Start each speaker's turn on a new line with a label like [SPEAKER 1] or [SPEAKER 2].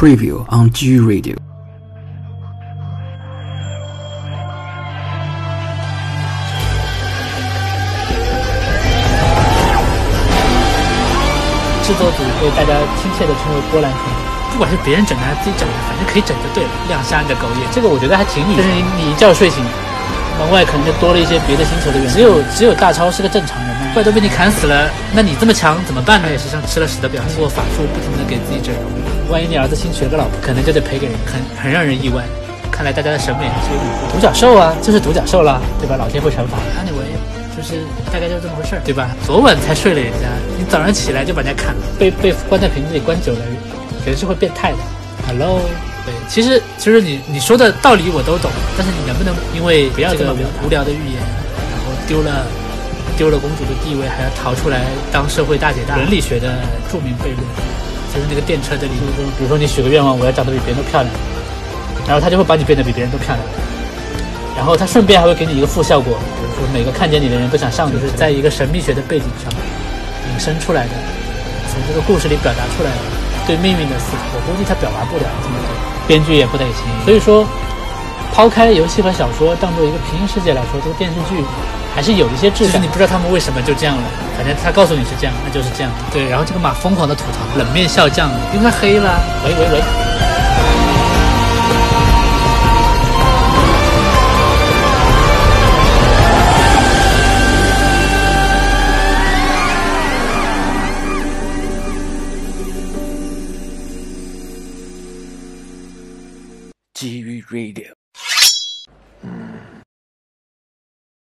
[SPEAKER 1] preview on G Radio.
[SPEAKER 2] 制作组被大家亲切的称为波兰虫。
[SPEAKER 3] 不管是别人整的还是自己整的，反正可以整就对了。亮瞎你的狗眼，
[SPEAKER 2] 这个我觉得还挺理，就是你你一觉睡醒，门外可能就多了一些别的星球的人。只有只有大超是个正常人啊哎嘛，
[SPEAKER 3] 怪都被你砍死了，那你这么强怎么办呢？也是像吃了屎的表现，通过法术不停的给自己整容。
[SPEAKER 2] 万一你儿子新娶了个老婆，
[SPEAKER 3] 可能就得赔给人，很很让人意外。看来大家的审美还是有点不同。
[SPEAKER 2] 独角兽啊，就是独角兽啦，对吧？老天会惩罚。
[SPEAKER 3] Anyway，就是大概就是这么回事儿，对吧？昨晚才睡了人家，你早上起来就把人家砍了。
[SPEAKER 2] 被被关在瓶子里关久了，人是会变态的。Hello，
[SPEAKER 3] 对，其实其实你你说的道理我都懂，但是你能不能因为
[SPEAKER 2] 不要
[SPEAKER 3] 这
[SPEAKER 2] 这
[SPEAKER 3] 个
[SPEAKER 2] 么表达
[SPEAKER 3] 无聊的预言，然后丢了丢了公主的地位，还要逃出来当社会大姐大？伦理学的著名悖论，就是那个电车的理
[SPEAKER 2] 比如
[SPEAKER 3] 论。
[SPEAKER 2] 说比如说你许个愿望，我要长得比别人都漂亮，然后他就会把你变得比别人都漂亮，然后他顺便还会给你一个负效果，比如说每个看见你的人都想上你，
[SPEAKER 3] 就是在一个神秘学的背景上引申出来的，
[SPEAKER 2] 从这个故事里表达出来的对命运的思考，我估计他表达不了这么多，编剧也不得行。所以说，抛开游戏和小说当做一个平行世界来说，这个电视剧还是有一些质
[SPEAKER 3] 就是
[SPEAKER 2] 感
[SPEAKER 3] 你。不知道他们为什么就这样了，反正他告诉你是这样，那就是这样。对，然后这个马疯狂的吐槽冷面笑匠，因为他黑了。
[SPEAKER 2] 喂喂喂，
[SPEAKER 1] G Radio.